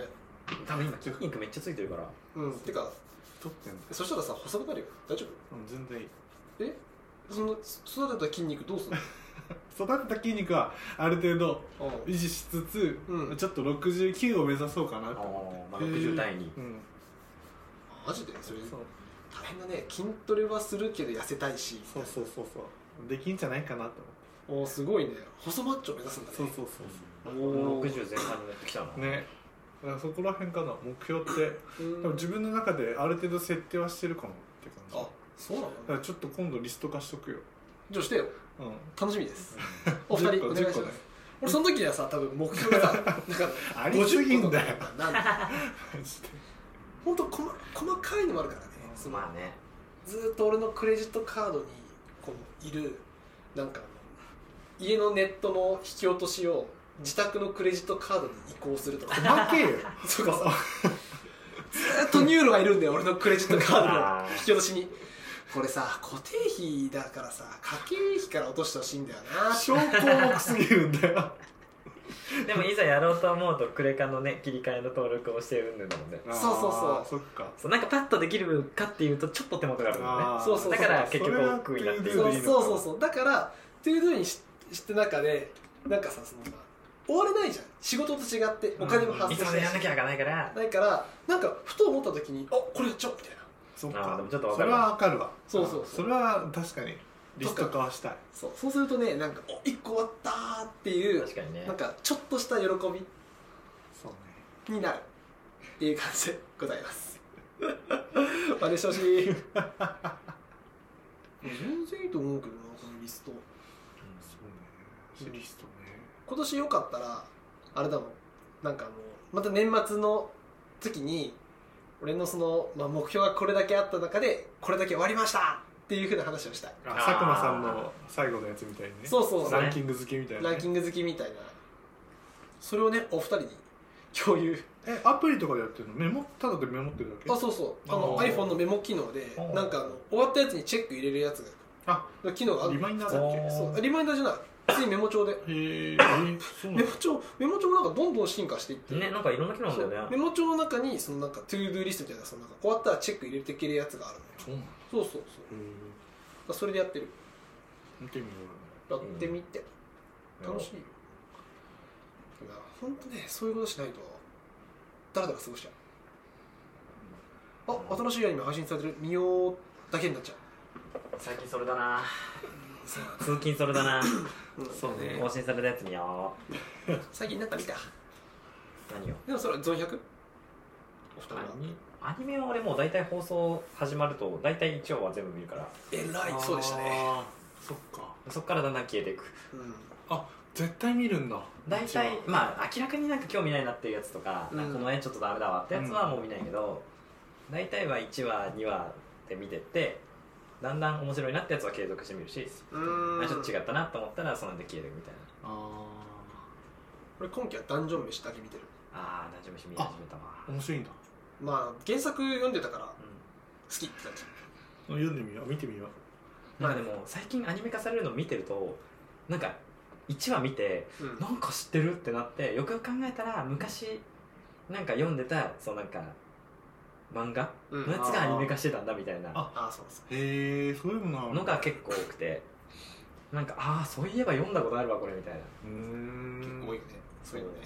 [SPEAKER 3] 多分今筋肉めっちゃついてるから
[SPEAKER 1] うんてか
[SPEAKER 2] 太ってんだよ
[SPEAKER 1] そしたらさ細くなるよ大丈夫
[SPEAKER 2] うん全然いい
[SPEAKER 1] えそのそ育てた筋肉どうする の
[SPEAKER 2] 育てた筋肉はある程度
[SPEAKER 1] ああ
[SPEAKER 2] 維持しつつ、
[SPEAKER 1] うん
[SPEAKER 2] ちょっと69を目指そうかな
[SPEAKER 3] あ
[SPEAKER 2] と思
[SPEAKER 3] ー
[SPEAKER 2] っ
[SPEAKER 3] まあ
[SPEAKER 2] て、
[SPEAKER 3] 60対2
[SPEAKER 2] うん
[SPEAKER 1] マジでそれ
[SPEAKER 2] そう
[SPEAKER 1] 大変だね筋トレはするけど痩せたいし
[SPEAKER 2] そうそうそうそうできんじゃないかなと
[SPEAKER 1] お
[SPEAKER 2] 思って
[SPEAKER 1] ーすごいね細マッチョを目指すんだね
[SPEAKER 2] そうそうそう
[SPEAKER 3] 60前半になってきたな
[SPEAKER 2] そうねからそこら辺かな目標って
[SPEAKER 1] うん
[SPEAKER 2] 多分自分の中である程度設定はしてるかもって感じだ
[SPEAKER 1] あそうなの
[SPEAKER 2] からちょっと今度リスト化しとくよ
[SPEAKER 1] じゃあしてよ
[SPEAKER 2] うん
[SPEAKER 1] 楽しみですお二
[SPEAKER 2] 10
[SPEAKER 1] 人
[SPEAKER 2] 個
[SPEAKER 1] お願い
[SPEAKER 2] 10
[SPEAKER 1] し
[SPEAKER 2] 個
[SPEAKER 1] ま
[SPEAKER 2] ね
[SPEAKER 1] す俺その時にはさ多分目標がさなんか
[SPEAKER 2] ありすぎんだよ
[SPEAKER 1] 50個とかなんか
[SPEAKER 2] マジで
[SPEAKER 1] 本当細細かいのもあるからねその
[SPEAKER 3] まあね
[SPEAKER 1] ずーっと俺のクレジットカードにこういるなんかあの家のネットの引き落としを自宅のクレジットカードに移行するとか
[SPEAKER 2] 細けえよ
[SPEAKER 1] そうかさずーっとニューロがいるんだよ俺のクレジットカードの引き落としにこれさ固定費だからさ家計費から落としてほしいんだよな
[SPEAKER 2] 証項目すぎるんだよ
[SPEAKER 3] でもいざやろうと思うとクレカのね切り替えの登録をしてるんだもんね
[SPEAKER 1] そうそうそう
[SPEAKER 2] あーそっか
[SPEAKER 3] そうなんかパッとできるかっていうとちょっと手元があるもんね
[SPEAKER 2] あー
[SPEAKER 1] そうそうそうだから
[SPEAKER 3] 結局億劫になって
[SPEAKER 1] そうそうそう
[SPEAKER 2] う
[SPEAKER 1] そうだからトゥードゥにしして中でなんかさそのさ終われないじゃん仕事と違ってお金も発
[SPEAKER 3] いつ
[SPEAKER 1] 生
[SPEAKER 3] ま
[SPEAKER 1] しな
[SPEAKER 3] で
[SPEAKER 1] い
[SPEAKER 3] やん
[SPEAKER 1] し
[SPEAKER 3] なきゃがないから
[SPEAKER 1] ないからなんかふと思った時にあこれやっちゃおうみたいな
[SPEAKER 2] そっ
[SPEAKER 3] あー
[SPEAKER 2] か
[SPEAKER 3] でもちょっとわ
[SPEAKER 2] そ
[SPEAKER 3] か
[SPEAKER 2] れ
[SPEAKER 3] る
[SPEAKER 2] は
[SPEAKER 3] わ
[SPEAKER 2] わかるわ
[SPEAKER 1] そうそうそう
[SPEAKER 2] それは確かにリスト化はしたい
[SPEAKER 1] そうそうするとねなんかお一個終わったーっていう
[SPEAKER 3] 確かにね
[SPEAKER 1] なんかちょっとした喜
[SPEAKER 2] そうね
[SPEAKER 1] びになるっていう感じでございます 真似してほしい全然いいと思うけどなこのリストう
[SPEAKER 2] そうね
[SPEAKER 1] ね
[SPEAKER 2] リストね
[SPEAKER 1] 今年よかったらあれだもんなんかあのまた年末の時に俺のその、まあ、目標がこれだけあった中でこれだけ終わりましたっていうふうな話をしたい
[SPEAKER 2] あ
[SPEAKER 3] あー
[SPEAKER 2] 佐久間さんの最後のやつみたいにね
[SPEAKER 1] そうそう
[SPEAKER 3] そう
[SPEAKER 2] ランキング付けみたいな
[SPEAKER 1] ラ
[SPEAKER 2] ね
[SPEAKER 1] ンキング好きみたいなそれをねお二人に共有
[SPEAKER 2] えアプリとかでやってるのメモただでメモってるだけ
[SPEAKER 1] あそうそうあの
[SPEAKER 2] あー
[SPEAKER 1] iPhone のメモ機能で
[SPEAKER 3] あー
[SPEAKER 1] なんかあの終わったやつにチェック入れるやつが機能があ
[SPEAKER 2] リ
[SPEAKER 1] る
[SPEAKER 2] マインダーだっけ
[SPEAKER 3] あー
[SPEAKER 1] そうリマインダーじゃない普通にメモ帳で
[SPEAKER 2] へえー、そうなん
[SPEAKER 1] メ
[SPEAKER 2] だ
[SPEAKER 1] モ帳メモ帳もなんかどんどん進化していって
[SPEAKER 3] ねなんかいろんな機能あ
[SPEAKER 1] そ
[SPEAKER 3] る
[SPEAKER 1] うん
[SPEAKER 3] だよ
[SPEAKER 1] メ
[SPEAKER 3] ね
[SPEAKER 1] モ帳の中にそのなんかトゥードゥーリストみたいなそのなんか終わったらチェック入れていけるやつがあるのよ
[SPEAKER 2] そうなんだ
[SPEAKER 1] そうそうそうだから
[SPEAKER 2] へ
[SPEAKER 1] それでやってる
[SPEAKER 2] ー見てみよ
[SPEAKER 1] やってみて、楽しいよいやほんとねそういうことしないとだらだら過ごしちゃうあ新しいアニメ配信されてる見ようだけになっちゃう
[SPEAKER 3] 最近それだな通勤それだな
[SPEAKER 1] うん
[SPEAKER 2] うそうね
[SPEAKER 3] 更新されたやつ見よ
[SPEAKER 1] 最近なんか見た
[SPEAKER 3] う何を
[SPEAKER 1] でもそれはゾン 100? お二人は
[SPEAKER 3] アニアニメは俺もう大体放送始まると大体1話は全部見るから
[SPEAKER 1] え
[SPEAKER 2] う
[SPEAKER 1] らいそうでしたね
[SPEAKER 2] あーそっか
[SPEAKER 3] そっからだんだん消えていく
[SPEAKER 1] うん
[SPEAKER 2] 絶対見るんだ
[SPEAKER 3] 大
[SPEAKER 2] じゃあ
[SPEAKER 3] 体まあ明らかになんか興味ないなっていうやつとか,、
[SPEAKER 1] うん
[SPEAKER 3] なんかこの絵ちょっとダメだわってやつはもう見ないけど、大体は1話2話で見てってだんだん面白いなってやつは継続して見るし、
[SPEAKER 1] う
[SPEAKER 3] あちょっと違
[SPEAKER 1] う
[SPEAKER 3] ったなと思ったらそので消えるみたいな
[SPEAKER 2] あ
[SPEAKER 1] 俺今期はダンジョン飯だけ見てる
[SPEAKER 3] ああ大丈夫し見始めたわ、
[SPEAKER 2] ー面白いんだ
[SPEAKER 1] まあ原作読んでたから好
[SPEAKER 3] う、
[SPEAKER 1] きって感じ
[SPEAKER 2] 読んでみよう見てみようん
[SPEAKER 3] なんかでも最近アニメ化されるの見てるとなんか1話見て
[SPEAKER 1] うん
[SPEAKER 3] なんか知ってるってなってよくよく考えたら昔なんか読んでたそうなんか漫画
[SPEAKER 1] うん
[SPEAKER 3] のやつがアニメ化してたんだみたいな
[SPEAKER 2] あ
[SPEAKER 1] あそうそう
[SPEAKER 2] へえそういうの
[SPEAKER 3] のが結
[SPEAKER 2] 構
[SPEAKER 3] 構多くてなんかああそういえば読んだことあるわこれみたいな
[SPEAKER 2] うーん
[SPEAKER 1] 結構多いよねそういうのね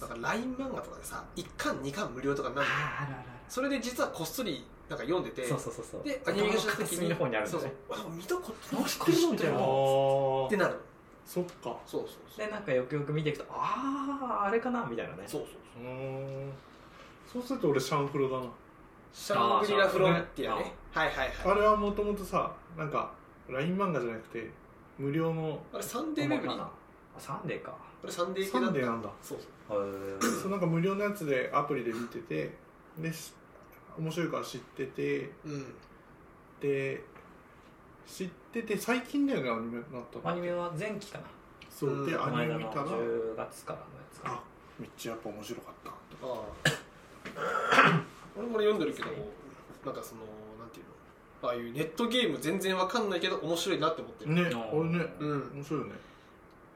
[SPEAKER 1] だから LINE 漫画とかでさ1巻2巻無料とかに
[SPEAKER 3] あ
[SPEAKER 1] なるの
[SPEAKER 3] ああるある
[SPEAKER 1] それで実はこっそりなんか読んで
[SPEAKER 3] あ
[SPEAKER 1] て
[SPEAKER 3] るそうそうそうそう
[SPEAKER 1] でアニメ化
[SPEAKER 3] 頭の
[SPEAKER 1] した時
[SPEAKER 3] 片
[SPEAKER 1] に
[SPEAKER 3] 隅の方にあるん
[SPEAKER 1] そ
[SPEAKER 3] だ
[SPEAKER 1] うそう
[SPEAKER 3] ね
[SPEAKER 1] あでも見たこと
[SPEAKER 3] なんか知ってる
[SPEAKER 1] 知
[SPEAKER 3] ぞ
[SPEAKER 1] っ
[SPEAKER 3] み
[SPEAKER 1] て
[SPEAKER 3] た
[SPEAKER 1] る
[SPEAKER 3] いな
[SPEAKER 1] っ
[SPEAKER 2] あ
[SPEAKER 1] てなるの
[SPEAKER 2] そっか
[SPEAKER 1] そうそうそう
[SPEAKER 3] でなんかよくよく見ていくとあああれかなみたいなね
[SPEAKER 1] そうそう
[SPEAKER 2] うーんそうすると俺シャンフロだな
[SPEAKER 1] シャングリラフロンティアねはいはい
[SPEAKER 2] あ
[SPEAKER 1] はい
[SPEAKER 2] れはもともとさなんか LINE 漫画じゃなくて無料の
[SPEAKER 1] あれサンデー
[SPEAKER 3] デ
[SPEAKER 1] ウ
[SPEAKER 3] ー
[SPEAKER 1] ェブリー
[SPEAKER 3] な
[SPEAKER 1] あ
[SPEAKER 3] あサンデーか
[SPEAKER 1] れサンデー
[SPEAKER 2] サ
[SPEAKER 1] 系だ
[SPEAKER 2] ン
[SPEAKER 1] っ
[SPEAKER 2] デー
[SPEAKER 1] た
[SPEAKER 2] なんだ
[SPEAKER 1] そうそう
[SPEAKER 3] へー
[SPEAKER 2] そうなんか無料のやつでアプリで見ててでし面白いから知ってて
[SPEAKER 1] うん
[SPEAKER 2] で知ってて最近だよねアニメになったの
[SPEAKER 3] アニメは前期かな
[SPEAKER 2] そうで
[SPEAKER 1] うん
[SPEAKER 2] ア
[SPEAKER 3] この
[SPEAKER 2] ニメ
[SPEAKER 3] 間
[SPEAKER 2] 見
[SPEAKER 3] の
[SPEAKER 2] たら
[SPEAKER 3] 10月からのやつかな
[SPEAKER 2] あめっちゃやっぱ面白かったと
[SPEAKER 1] ああ俺も俺読んでるけどなんかそのなんていうのああいうネットゲーム全然わかんないけど面白いなって思ってる
[SPEAKER 2] ね
[SPEAKER 3] あー
[SPEAKER 2] 俺ね
[SPEAKER 1] うん
[SPEAKER 2] 面白いよね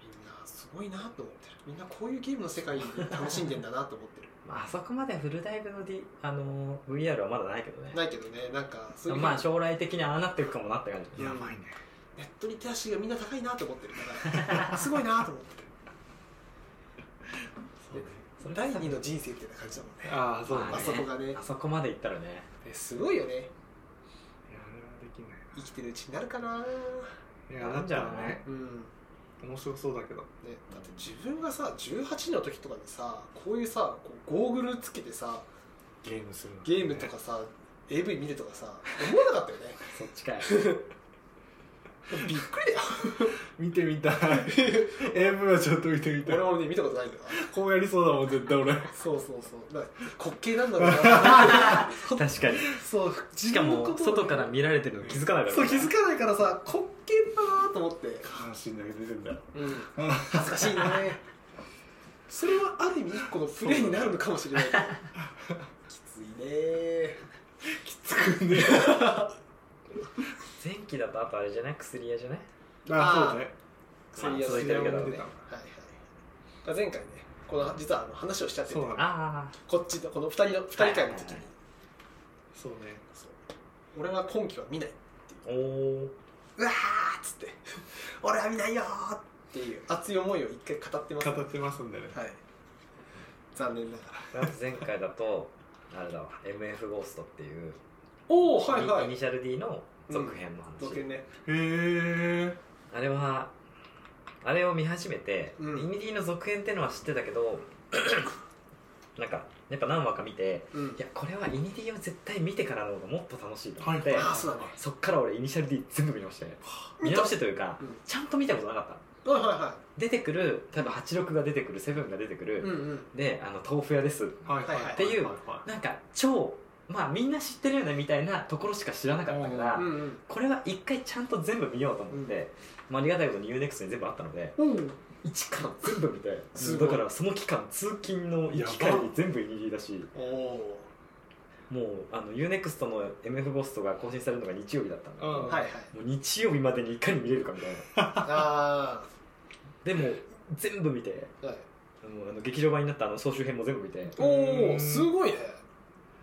[SPEAKER 1] みんなすごいなと思ってるみんなこういうゲームの世界に楽しんでんだなと思ってる
[SPEAKER 3] まああそこまでフルダイブの、D あのー VR はまだないけどね
[SPEAKER 1] ないけどねなんかそういう
[SPEAKER 3] まあ将来的にああなっていくかもなって感じ
[SPEAKER 1] やばいねネットリテラシーがみんな高いなと思ってる からすごいなと思ってる
[SPEAKER 2] そうね
[SPEAKER 3] それ
[SPEAKER 1] 第二の人生みたいな感じだもんね
[SPEAKER 2] ああそうなん
[SPEAKER 3] ま
[SPEAKER 1] あ
[SPEAKER 2] だい
[SPEAKER 3] ね
[SPEAKER 1] そこがね
[SPEAKER 3] あそこまで行ったらね
[SPEAKER 1] えすごいよね
[SPEAKER 2] やあれはできない
[SPEAKER 1] 生きてるうちになるかな
[SPEAKER 2] ないやだったらね
[SPEAKER 1] うん
[SPEAKER 2] 面白そうだけど
[SPEAKER 1] ね、だって自分がさ18の時とかにさこういうさこうゴーグルつけてさ
[SPEAKER 2] ゲームするの
[SPEAKER 1] ゲームとかさ AV 見るとかさ思わなかったよね
[SPEAKER 3] そっちかよ
[SPEAKER 1] びっくりだよ
[SPEAKER 2] 見てみたい AV はちょっと見てみたい
[SPEAKER 1] 俺もね見たことないんだよ
[SPEAKER 2] こうやりそうだもん絶対俺
[SPEAKER 1] そうそうそうだから滑稽なんだろう な
[SPEAKER 3] 確かに
[SPEAKER 1] そう
[SPEAKER 3] しかも外から
[SPEAKER 1] 見
[SPEAKER 3] 見られてるの気づかないから
[SPEAKER 1] そう気づかないからさ滑稽だなと思って
[SPEAKER 2] 関心だけ出てんだ
[SPEAKER 1] うん恥ずかしいねそれはある意味一個のプレーになるのかも しれないけどきついね
[SPEAKER 2] きつくね
[SPEAKER 3] 前期だとあとあれじゃない薬屋じゃない
[SPEAKER 2] あそうね
[SPEAKER 1] 薬屋
[SPEAKER 3] 続いてるけど
[SPEAKER 1] ね、はいはい、前回ねこの実はあの話をしちゃってて
[SPEAKER 2] そうなの
[SPEAKER 3] あ
[SPEAKER 1] こっちのこの2人の2人会の時に、
[SPEAKER 3] はいはいはい
[SPEAKER 2] そうね
[SPEAKER 1] そう俺は今期は見ない
[SPEAKER 3] あおお
[SPEAKER 1] うわーっつって俺は見ないよーっていう熱い思いを一回語ってます、
[SPEAKER 2] 語ってますんでね
[SPEAKER 1] はい残念ながら
[SPEAKER 3] あと前回だとあれだわ MF ゴーストっていう
[SPEAKER 1] おお
[SPEAKER 3] イニシャル D の続編の
[SPEAKER 1] 続
[SPEAKER 3] 話、
[SPEAKER 1] 編ね
[SPEAKER 2] へえ
[SPEAKER 3] あれはあれを見始めて、
[SPEAKER 1] うん
[SPEAKER 3] イニディの続編ってのは知ってたけど なんかやっぱ何話か見て
[SPEAKER 1] うん
[SPEAKER 3] いやこれはイニディを絶対見てからの方がもっと楽しいと思って、
[SPEAKER 2] はい
[SPEAKER 1] ああそうだね
[SPEAKER 3] そっから俺イニシャル D 全部見直して見直してというか、
[SPEAKER 1] うん
[SPEAKER 3] ちゃんと見たことなかった
[SPEAKER 1] はいはいは
[SPEAKER 3] 出てくる多分86が出てくる7が出てく
[SPEAKER 1] い
[SPEAKER 3] る、
[SPEAKER 1] うんうん
[SPEAKER 3] であの豆腐屋です
[SPEAKER 2] はいはい
[SPEAKER 1] はい
[SPEAKER 2] は
[SPEAKER 1] っ
[SPEAKER 3] っていう
[SPEAKER 2] はいは
[SPEAKER 3] なんか超まあみんな知ってるよねみたいなところしか知らなかったから、
[SPEAKER 1] うんうん
[SPEAKER 3] これは一回ちゃんと全部見ようと思って、まあ、ありがたいことに UNEXT に全部あったので
[SPEAKER 1] うん
[SPEAKER 3] 一から全部見て
[SPEAKER 1] すご
[SPEAKER 3] だ
[SPEAKER 1] い
[SPEAKER 3] からその期間通勤の行き帰
[SPEAKER 2] やば
[SPEAKER 3] り全部イニディだし
[SPEAKER 1] おお
[SPEAKER 3] もうあの UNEXT の MF ゴーストが更新されるのが日曜日だったんだけど、
[SPEAKER 2] うん
[SPEAKER 1] はいはい
[SPEAKER 3] もう日曜日までにいかに見れるかみたいな
[SPEAKER 1] あ
[SPEAKER 3] でも全部見て
[SPEAKER 1] あはい
[SPEAKER 3] もうあの劇場版になったあの総集編も全部見て
[SPEAKER 1] おおすごいね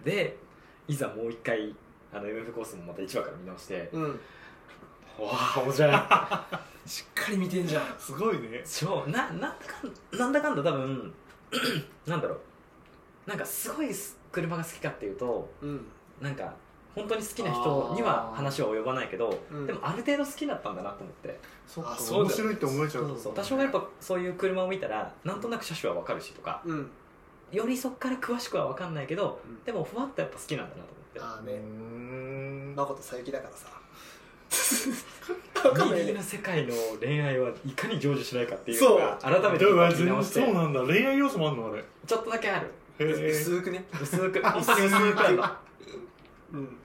[SPEAKER 3] でいざもう一回あの MF コースもまた1話から見直して
[SPEAKER 1] うん
[SPEAKER 3] わあ面白い
[SPEAKER 1] しっかり見てんじゃん
[SPEAKER 2] いすごいね
[SPEAKER 3] そうななんだかんなんだかんだ多分 なんだろうなんかすごいす車が好きかっていうと
[SPEAKER 1] うん
[SPEAKER 3] なんか本当に好きな人には
[SPEAKER 1] あー
[SPEAKER 3] 話は及ばないけど、
[SPEAKER 1] うん
[SPEAKER 3] でもある程度好きだったんだなと思って、
[SPEAKER 2] そっ
[SPEAKER 1] あ
[SPEAKER 2] か
[SPEAKER 1] そうだよ
[SPEAKER 2] 面白いって思えちゃう
[SPEAKER 3] 多少はやっぱそういう車を見たらなんとなく車種は分かるしとか
[SPEAKER 1] うん
[SPEAKER 3] よりそっから詳しくは分かんないけど、
[SPEAKER 1] うん
[SPEAKER 3] でもふわっとやっぱ好きなんだなと思って
[SPEAKER 1] ああ
[SPEAKER 2] うー
[SPEAKER 1] ね
[SPEAKER 2] ん
[SPEAKER 1] 真琴さゆきだから さ
[SPEAKER 3] ミ
[SPEAKER 1] わかんない
[SPEAKER 3] ディ
[SPEAKER 1] ね
[SPEAKER 3] の世界の恋愛はいかに成就しないかっていう
[SPEAKER 1] そ
[SPEAKER 3] の
[SPEAKER 1] う
[SPEAKER 3] が改め
[SPEAKER 2] で
[SPEAKER 3] て
[SPEAKER 2] も
[SPEAKER 3] 見直
[SPEAKER 2] 全
[SPEAKER 3] して
[SPEAKER 2] そうなんだ恋愛要素もあんのあれへ
[SPEAKER 3] ちょっとだけある
[SPEAKER 2] え
[SPEAKER 1] 薄くね
[SPEAKER 3] 薄く薄く薄くあるの
[SPEAKER 1] うん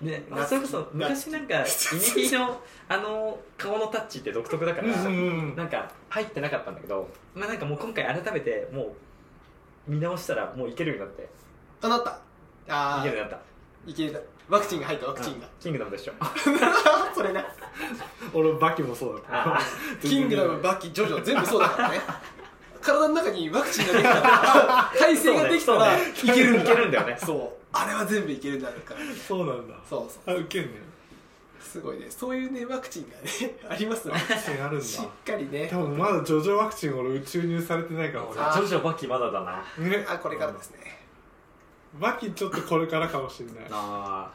[SPEAKER 3] ねまあそれこそ昔なんかイニディのあの顔のタッチって独特だから
[SPEAKER 2] うんうんうん
[SPEAKER 3] なんか入ってなかったんだけどまあなんかもう今回改めてもう見直したらもういけるようになって
[SPEAKER 1] あなったあ
[SPEAKER 3] いけるようになっ
[SPEAKER 1] あいけるだワクチンが入ったワ
[SPEAKER 3] た
[SPEAKER 1] クチンが
[SPEAKER 3] うんキングダムでしょ
[SPEAKER 1] それな
[SPEAKER 2] 俺バキもそうだ
[SPEAKER 3] あ
[SPEAKER 1] キングダム、バキ、ジョジョ、全部そうだからね。 体の中にワクチンができた ら、体制ができたら、い
[SPEAKER 3] そうね
[SPEAKER 1] けるん
[SPEAKER 3] い
[SPEAKER 1] だ
[SPEAKER 3] け。るんだよね
[SPEAKER 1] そう。あれは全部いけるんだから。
[SPEAKER 2] そうなんだ
[SPEAKER 1] そうそう。
[SPEAKER 2] あウケんね
[SPEAKER 1] すごいね。そういうね、ワクチンがね、ありますので、
[SPEAKER 2] ワクチンあるん
[SPEAKER 1] しっ
[SPEAKER 2] だ
[SPEAKER 1] かりね
[SPEAKER 2] 多。分まだジョジョワクチン俺注入されてないから
[SPEAKER 3] 俺
[SPEAKER 2] 俺
[SPEAKER 3] ジョジョバキまだだな
[SPEAKER 2] ね
[SPEAKER 1] あ、これからですね。
[SPEAKER 2] バキちょっとこれからかもしれな い
[SPEAKER 3] あ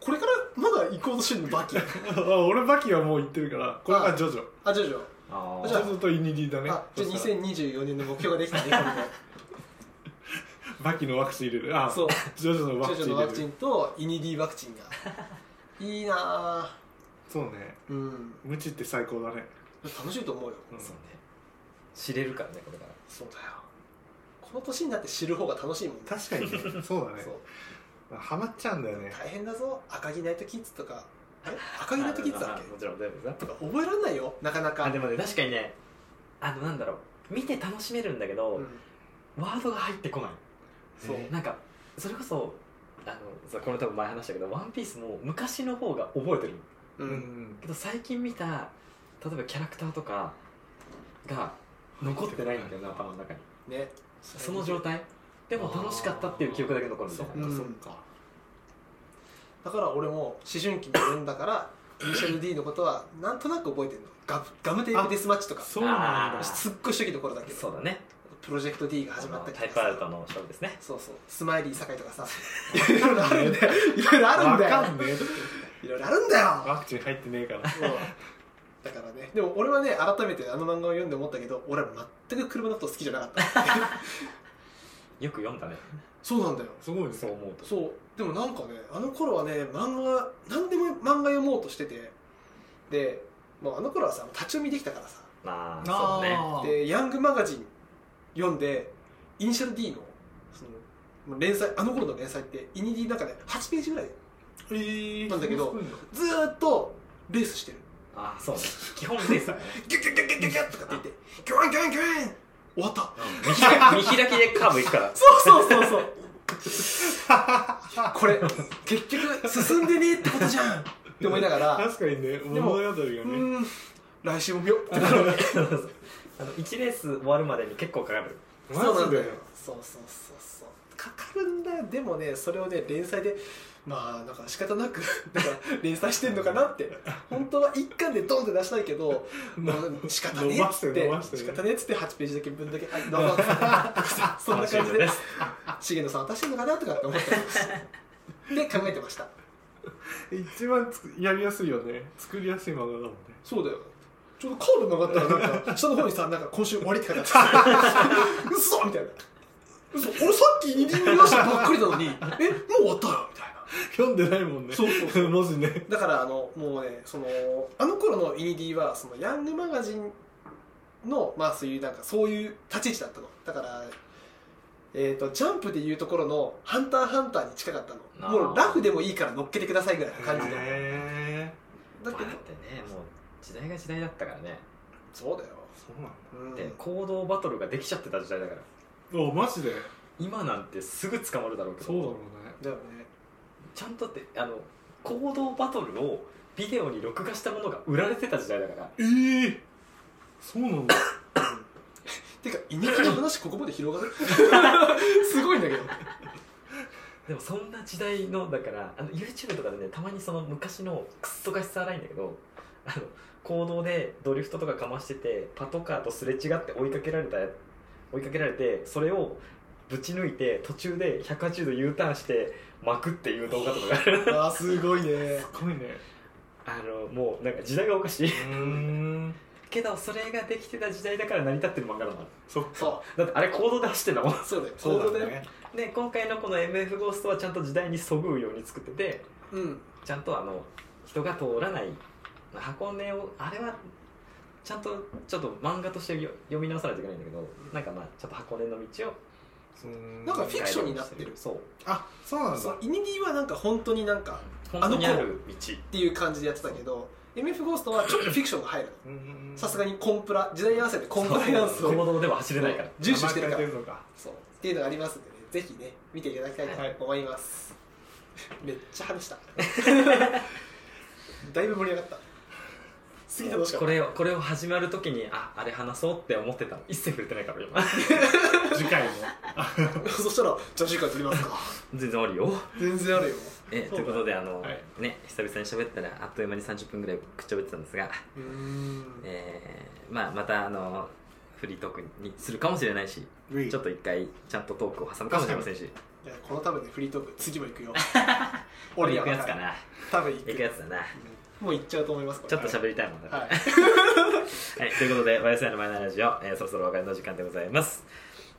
[SPEAKER 1] これからまだ行こうとしてるの、バキ。
[SPEAKER 2] あ俺バキはもう行ってるからこれからジョジョ
[SPEAKER 1] あ、ジョジョ。
[SPEAKER 3] ーあ
[SPEAKER 1] あじ
[SPEAKER 2] ジ
[SPEAKER 1] ゃ
[SPEAKER 3] ー
[SPEAKER 2] ョジョとイニディだね
[SPEAKER 1] あ、じゃあ
[SPEAKER 2] そしたら
[SPEAKER 1] 2024年の目標ができたね、これで
[SPEAKER 2] バキのワクチン入れるあ
[SPEAKER 1] そう。
[SPEAKER 2] ジョジョのワ
[SPEAKER 1] ジ
[SPEAKER 2] ク
[SPEAKER 1] ョ
[SPEAKER 2] チ
[SPEAKER 1] ジョ
[SPEAKER 2] ン
[SPEAKER 1] の
[SPEAKER 2] 入
[SPEAKER 1] ワ
[SPEAKER 2] れ
[SPEAKER 1] クチ
[SPEAKER 2] る
[SPEAKER 1] ンとイニディワクチンが。いいな
[SPEAKER 2] そうね
[SPEAKER 1] ぁ。うん。
[SPEAKER 2] 無知って最高だね
[SPEAKER 1] 楽しいと思うよ。
[SPEAKER 2] うん
[SPEAKER 3] そうね知れるからねこれから
[SPEAKER 1] そうだよ。この年になって知る方が楽しいもんね。
[SPEAKER 2] 確かにねそう だね
[SPEAKER 1] そう
[SPEAKER 2] ハマっちゃうんだよね
[SPEAKER 1] 大変だぞ赤木ナイトキッズとかあれ赤木ナイトキッズだっ
[SPEAKER 3] あ
[SPEAKER 1] け
[SPEAKER 3] もちろん全部さ
[SPEAKER 1] とか覚えられないよなかなか
[SPEAKER 3] あでもね確かにねあのなんだろう見て楽しめるんだけど、
[SPEAKER 1] うん
[SPEAKER 3] ワードが入ってこない
[SPEAKER 1] そう
[SPEAKER 2] え
[SPEAKER 3] なんかそれこそあのそうこれ多分前話したけど「ワンピースも昔の方が覚えてる
[SPEAKER 1] う
[SPEAKER 2] うんん
[SPEAKER 3] けど最近見た例えばキャラクターとかが残ってないんだよな頭の中に
[SPEAKER 1] ね
[SPEAKER 3] その状態でも楽しかったっていう記憶だけ残るみたいな
[SPEAKER 1] うん
[SPEAKER 2] そっか
[SPEAKER 1] だから俺も思春期にいるんだからイニシャル D のことはなんとなく覚えてるのガムガムテープデスマッチとか
[SPEAKER 2] そうなんだ
[SPEAKER 3] あ
[SPEAKER 1] すっごい初期の頃だけど
[SPEAKER 3] そうだね
[SPEAKER 1] プロジェクト D が始まったり
[SPEAKER 3] タイ
[SPEAKER 1] と
[SPEAKER 3] プア
[SPEAKER 1] か
[SPEAKER 3] ウトの勝負ですね
[SPEAKER 1] そうそうスマイリー酒井とかさ いろいろあるんだよいろいろあるんだ
[SPEAKER 2] わか
[SPEAKER 1] よ
[SPEAKER 2] んねえ
[SPEAKER 1] いろいろあるんだよ
[SPEAKER 2] ワクチン入ってねえから
[SPEAKER 1] そうだからねでも俺はね改めてあの漫画を読んで思ったけど俺は全く車のこと好きじゃなかった
[SPEAKER 3] よく読んだね
[SPEAKER 1] そうなんだよ
[SPEAKER 2] すごいね
[SPEAKER 3] そう思うと
[SPEAKER 1] そうでもなんかねあの頃はね漫画何でも漫画読もうとしててでもうあの頃はさ立ち読みできたからさ
[SPEAKER 3] まあそうね
[SPEAKER 2] ああ
[SPEAKER 1] でヤングマガジン読んでイニシャル D のその連載あの頃の連載ってイニディの中で8ページぐらい
[SPEAKER 2] えー
[SPEAKER 1] なんだけど
[SPEAKER 2] すごいね
[SPEAKER 1] ずーっとレースしてる
[SPEAKER 3] ああそうね基本ですね
[SPEAKER 1] ギュッギュッギュッギュッギュッギュッとかって言ってギュンギュンギュン終わった
[SPEAKER 3] 見開き見開きでカーブいくから
[SPEAKER 1] そうそうそうそう これ結局進んでねえってことじゃんって思いなが ら
[SPEAKER 2] 確かにね
[SPEAKER 1] も
[SPEAKER 2] 物語が
[SPEAKER 1] う
[SPEAKER 2] ね
[SPEAKER 1] ーん来週も見ようってなる
[SPEAKER 3] あの1レース終わるまでに結構かかる
[SPEAKER 1] そうなんだよ
[SPEAKER 2] マジで
[SPEAKER 1] そうそうそうそうかかるんだよでもねそれをね連載でまあなんか仕方なく なんか連載してんのかなって本当は一巻でドンって出したいけど もう仕方ねえっつっ
[SPEAKER 2] 伸ばして
[SPEAKER 1] て
[SPEAKER 2] 伸ばしてね
[SPEAKER 1] 仕方ねえっつって8ページだけ分だけはいどうぞとか さそんな感じ
[SPEAKER 3] 楽しみ
[SPEAKER 1] で
[SPEAKER 3] です
[SPEAKER 1] 重野さん渡してんのかなとかって思ってますで考えてました
[SPEAKER 2] 一番つくやりやすいよね作りやすい漫画だもんね
[SPEAKER 1] そうだよちょうどカーブ曲がったらなんか下の方にさなんか今週終わりって書いてあ った嘘みたいな嘘俺さっき2輪見ましたばっかりなのにえもう終わったよみたいな
[SPEAKER 2] 読んでないもんね
[SPEAKER 1] そうそうそ
[SPEAKER 2] マジね
[SPEAKER 1] だからあのもうねそのあの頃のイニディはそのヤングマガジンのまあそういうなんかそういう立ち位置だったのだからえー、とジャンプでいうところの「ハンターハンター」に近かった
[SPEAKER 3] あ
[SPEAKER 1] の
[SPEAKER 3] ー
[SPEAKER 1] もうラフでもいいから乗っけてくださいぐらいの感じでだ
[SPEAKER 2] へ
[SPEAKER 1] けど
[SPEAKER 3] まあだってねもう時代が時代だったからね、
[SPEAKER 1] そうだよ、
[SPEAKER 2] ーそうなん
[SPEAKER 1] うん、
[SPEAKER 3] で行動バトルができちゃってた時代だから
[SPEAKER 2] だあマジで
[SPEAKER 3] 今なんてすぐ捕まるだろうけど
[SPEAKER 2] そうだろうね
[SPEAKER 1] だよね
[SPEAKER 3] ちゃんとってあの行動バトルをビデオに録画したものが売られてた時代だから
[SPEAKER 2] ええそうなんだ
[SPEAKER 1] てか、イニキの話ここまで広が るすごいんだけど。
[SPEAKER 3] でもそんな時代のだからあの YouTube とかでねたまにその昔のクッソがしさ荒いんだけどあの行動でドリフトとかかましててパトカーとすれ違って追いかけられた追いかけられてそれをぶち抜いて途中で180度 U ターンして巻くっていう動画とかがあ る
[SPEAKER 1] ああ、すごいね。
[SPEAKER 2] すごいね
[SPEAKER 3] あのもうなんか時代がおかしいう
[SPEAKER 2] ーん
[SPEAKER 3] けどそれができてた時代だから成り立ってる漫画だもん
[SPEAKER 2] そっか
[SPEAKER 1] そ
[SPEAKER 3] だってあれ行動で走ってんだもん
[SPEAKER 1] う、そうだよ。
[SPEAKER 2] そうだ
[SPEAKER 1] よ。
[SPEAKER 2] ね
[SPEAKER 3] で今回のこの MF ゴーストはちゃんと時代にそぐうように作ってて
[SPEAKER 1] うん。
[SPEAKER 3] ちゃんとあの人が通らない箱根をあれはちゃんとちょっと漫画としてよ読み直さないといけないんだけどなんかまあちょっと箱根の道を
[SPEAKER 1] なんかフィクション
[SPEAKER 3] ガイド
[SPEAKER 1] になってる
[SPEAKER 3] そう
[SPEAKER 2] あそうなん
[SPEAKER 1] そう
[SPEAKER 2] だ
[SPEAKER 1] イニディはなんか本当になんか
[SPEAKER 3] 本当にある道
[SPEAKER 1] っていう感じでやってたけど、MF ゴーストはちょっとフィクションが入るの。さすが
[SPEAKER 2] に
[SPEAKER 1] にコンプラ、時代に合わせてコンプライアンス
[SPEAKER 3] そう行
[SPEAKER 1] を
[SPEAKER 3] 動では走れないから
[SPEAKER 1] 重視してるから。
[SPEAKER 2] のか
[SPEAKER 1] そう。っていうのがありますんでね、ぜひね、見ていただきたいと思います。めっちゃ話 した。だいぶ盛り上がった。すぎ楽しかっ
[SPEAKER 3] こ
[SPEAKER 1] た。
[SPEAKER 3] れをこれを始まる時にああれ話そうって思ってたの一切触れてないから今
[SPEAKER 2] 次回も
[SPEAKER 1] そしたら、じゃあ次回撮ります か。
[SPEAKER 3] 全然あるよ
[SPEAKER 1] 全然あるよ。
[SPEAKER 3] えということであの、
[SPEAKER 2] はい
[SPEAKER 3] ね久々に喋ったらあっという間に30分ぐらいくっちゃべってたんですが
[SPEAKER 1] うーん。
[SPEAKER 3] えーまあ、またあのフリートークにするかもしれないしちょっと一回ちゃんとトークを挟むかもしれませんし
[SPEAKER 1] いやこのためでフリートーク次も行く よ
[SPEAKER 3] 俺
[SPEAKER 1] に
[SPEAKER 3] 行
[SPEAKER 1] は
[SPEAKER 3] く
[SPEAKER 1] 分
[SPEAKER 3] やつ
[SPEAKER 1] る
[SPEAKER 3] かな
[SPEAKER 1] 多分行く
[SPEAKER 3] 行くやつだな
[SPEAKER 1] もう行っちゃうと思いますこれ
[SPEAKER 3] ちょっと喋りたいもんだ
[SPEAKER 1] はい
[SPEAKER 3] はい、ということで YSI のマイナーラジオ、えーそろそろお別れの時間でございます、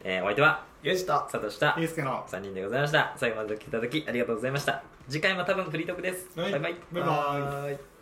[SPEAKER 3] えーお相手は
[SPEAKER 1] よしと
[SPEAKER 3] 佐藤した
[SPEAKER 2] いいっすけど
[SPEAKER 3] 3人でございました最後までお聞きいただきありがとうございました次回も多分フリートークです、
[SPEAKER 2] はい
[SPEAKER 3] バイバイ
[SPEAKER 2] バイバイ
[SPEAKER 1] バイ